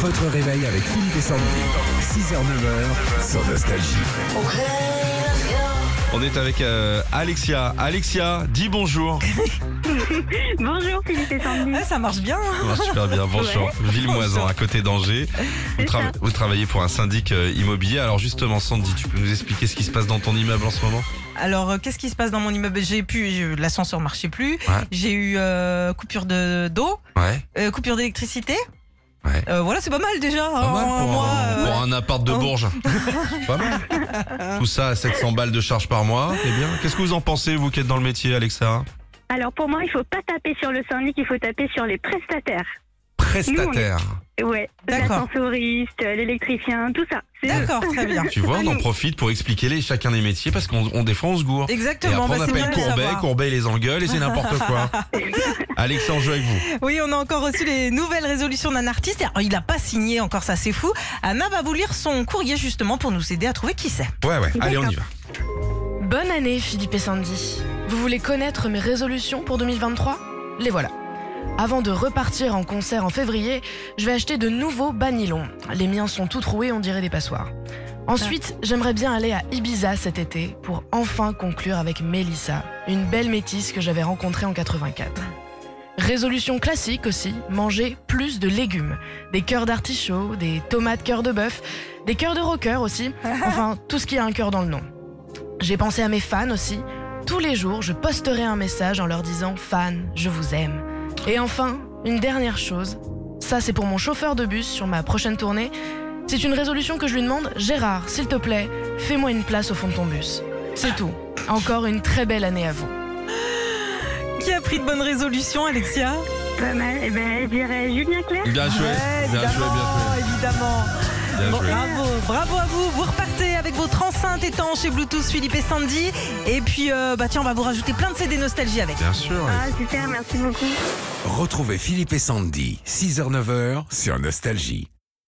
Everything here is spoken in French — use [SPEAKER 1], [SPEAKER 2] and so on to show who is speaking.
[SPEAKER 1] Votre réveil avec Philippe et Sandy. 6h-9h, sans nostalgie.
[SPEAKER 2] On est avec euh, Alexia. Alexia, dis bonjour.
[SPEAKER 3] Bonjour Philippe et Sandy.
[SPEAKER 4] Ouais, ça marche bien. hein.
[SPEAKER 2] Ça marche super bien, bonjour. Villemoisan, à côté d'Angers. Vous, tra- vous travaillez pour un syndic euh, immobilier. Alors justement, Sandy, tu peux nous expliquer ce qui se passe dans ton immeuble en ce moment
[SPEAKER 4] Alors, euh, qu'est-ce qui se passe dans mon immeuble J'ai pu, j'ai eu- l'ascenseur marchait plus.
[SPEAKER 2] Ouais.
[SPEAKER 4] J'ai eu euh, coupure de d'eau,
[SPEAKER 2] Ouais.
[SPEAKER 4] euh, coupure d'électricité.
[SPEAKER 2] Ouais.
[SPEAKER 4] Euh, voilà, c'est pas mal déjà.
[SPEAKER 2] Pas
[SPEAKER 4] en
[SPEAKER 2] mal
[SPEAKER 4] un
[SPEAKER 2] pour,
[SPEAKER 4] mois,
[SPEAKER 2] un,
[SPEAKER 4] euh,
[SPEAKER 2] pour un appart de
[SPEAKER 4] Oh.
[SPEAKER 2] Bourges. pas mal. Tout ça à 700 balles de charge par mois. Eh bien, qu'est-ce que vous en pensez, vous qui êtes dans le métier, Alexia
[SPEAKER 3] Alors pour moi, il faut pas taper sur le syndic, il faut taper sur les prestataires.
[SPEAKER 2] Prestataire.
[SPEAKER 3] Ouais,
[SPEAKER 4] D'accord.
[SPEAKER 3] l'ascensoriste, l'électricien, tout ça. C'est eux.
[SPEAKER 4] D'accord, très bien.
[SPEAKER 2] Tu vois, on en profite pour expliquer les chacun des métiers parce qu'on on, des fois on se gourre. Et
[SPEAKER 4] Exactement,
[SPEAKER 2] après, on
[SPEAKER 4] bah, c'est bien
[SPEAKER 2] appelle
[SPEAKER 4] de le
[SPEAKER 2] Courbet,
[SPEAKER 4] savoir.
[SPEAKER 2] Courbet les engueule et c'est n'importe quoi. Alexia, on joue avec vous.
[SPEAKER 4] Oui, on a encore reçu les nouvelles résolutions d'un artiste. Et alors, il n'a pas signé encore, ça c'est fou. Anna va vous lire son courrier justement pour nous aider à trouver qui c'est.
[SPEAKER 2] Ouais, ouais. Allez, on
[SPEAKER 3] D'accord.
[SPEAKER 2] y va.
[SPEAKER 5] Bonne année Philippe et Sandy. Vous voulez connaître mes résolutions pour 2023 Les voilà. Avant de repartir en concert en février, je vais acheter de nouveaux bas nylon. Les miens sont tout troués, on dirait des passoires. Ensuite, j'aimerais bien aller à Ibiza cet été pour enfin conclure avec Melissa, une belle métisse que j'avais rencontrée en 84. Résolution classique aussi, manger plus de légumes. Des cœurs d'artichaut, des tomates cœur de bœuf, des cœurs de rocker aussi, enfin tout ce qui a un cœur dans le nom. J'ai pensé à mes fans aussi. Tous les jours, je posterai un message en leur disant Fan, je vous aime. Et enfin, une dernière chose. Ça, c'est pour mon chauffeur de bus sur ma prochaine tournée. C'est une résolution que je lui demande Gérard, s'il te plaît, fais-moi une place au fond de ton bus. C'est tout. Encore une très belle année à vous.
[SPEAKER 4] Qui a pris de bonnes résolutions, Alexia
[SPEAKER 3] Pas mal. Eh ben, je dirais Julien Clerc.
[SPEAKER 2] Bien joué.
[SPEAKER 4] Ouais,
[SPEAKER 2] Bien joué,
[SPEAKER 4] évidemment,
[SPEAKER 2] bien
[SPEAKER 4] évidemment.
[SPEAKER 2] joué. Bien
[SPEAKER 4] Bon,
[SPEAKER 2] joué.
[SPEAKER 4] bravo, bravo à vous. Vous repartez avec votre enceinte étanche et Bluetooth Philippe et Sandy. Et puis, euh, bah tiens, on va vous rajouter plein de CD nostalgie avec.
[SPEAKER 2] Bien sûr.
[SPEAKER 3] Ah super, merci beaucoup.
[SPEAKER 1] Retrouvez Philippe et Sandy, 6h-9h, sur Nostalgie.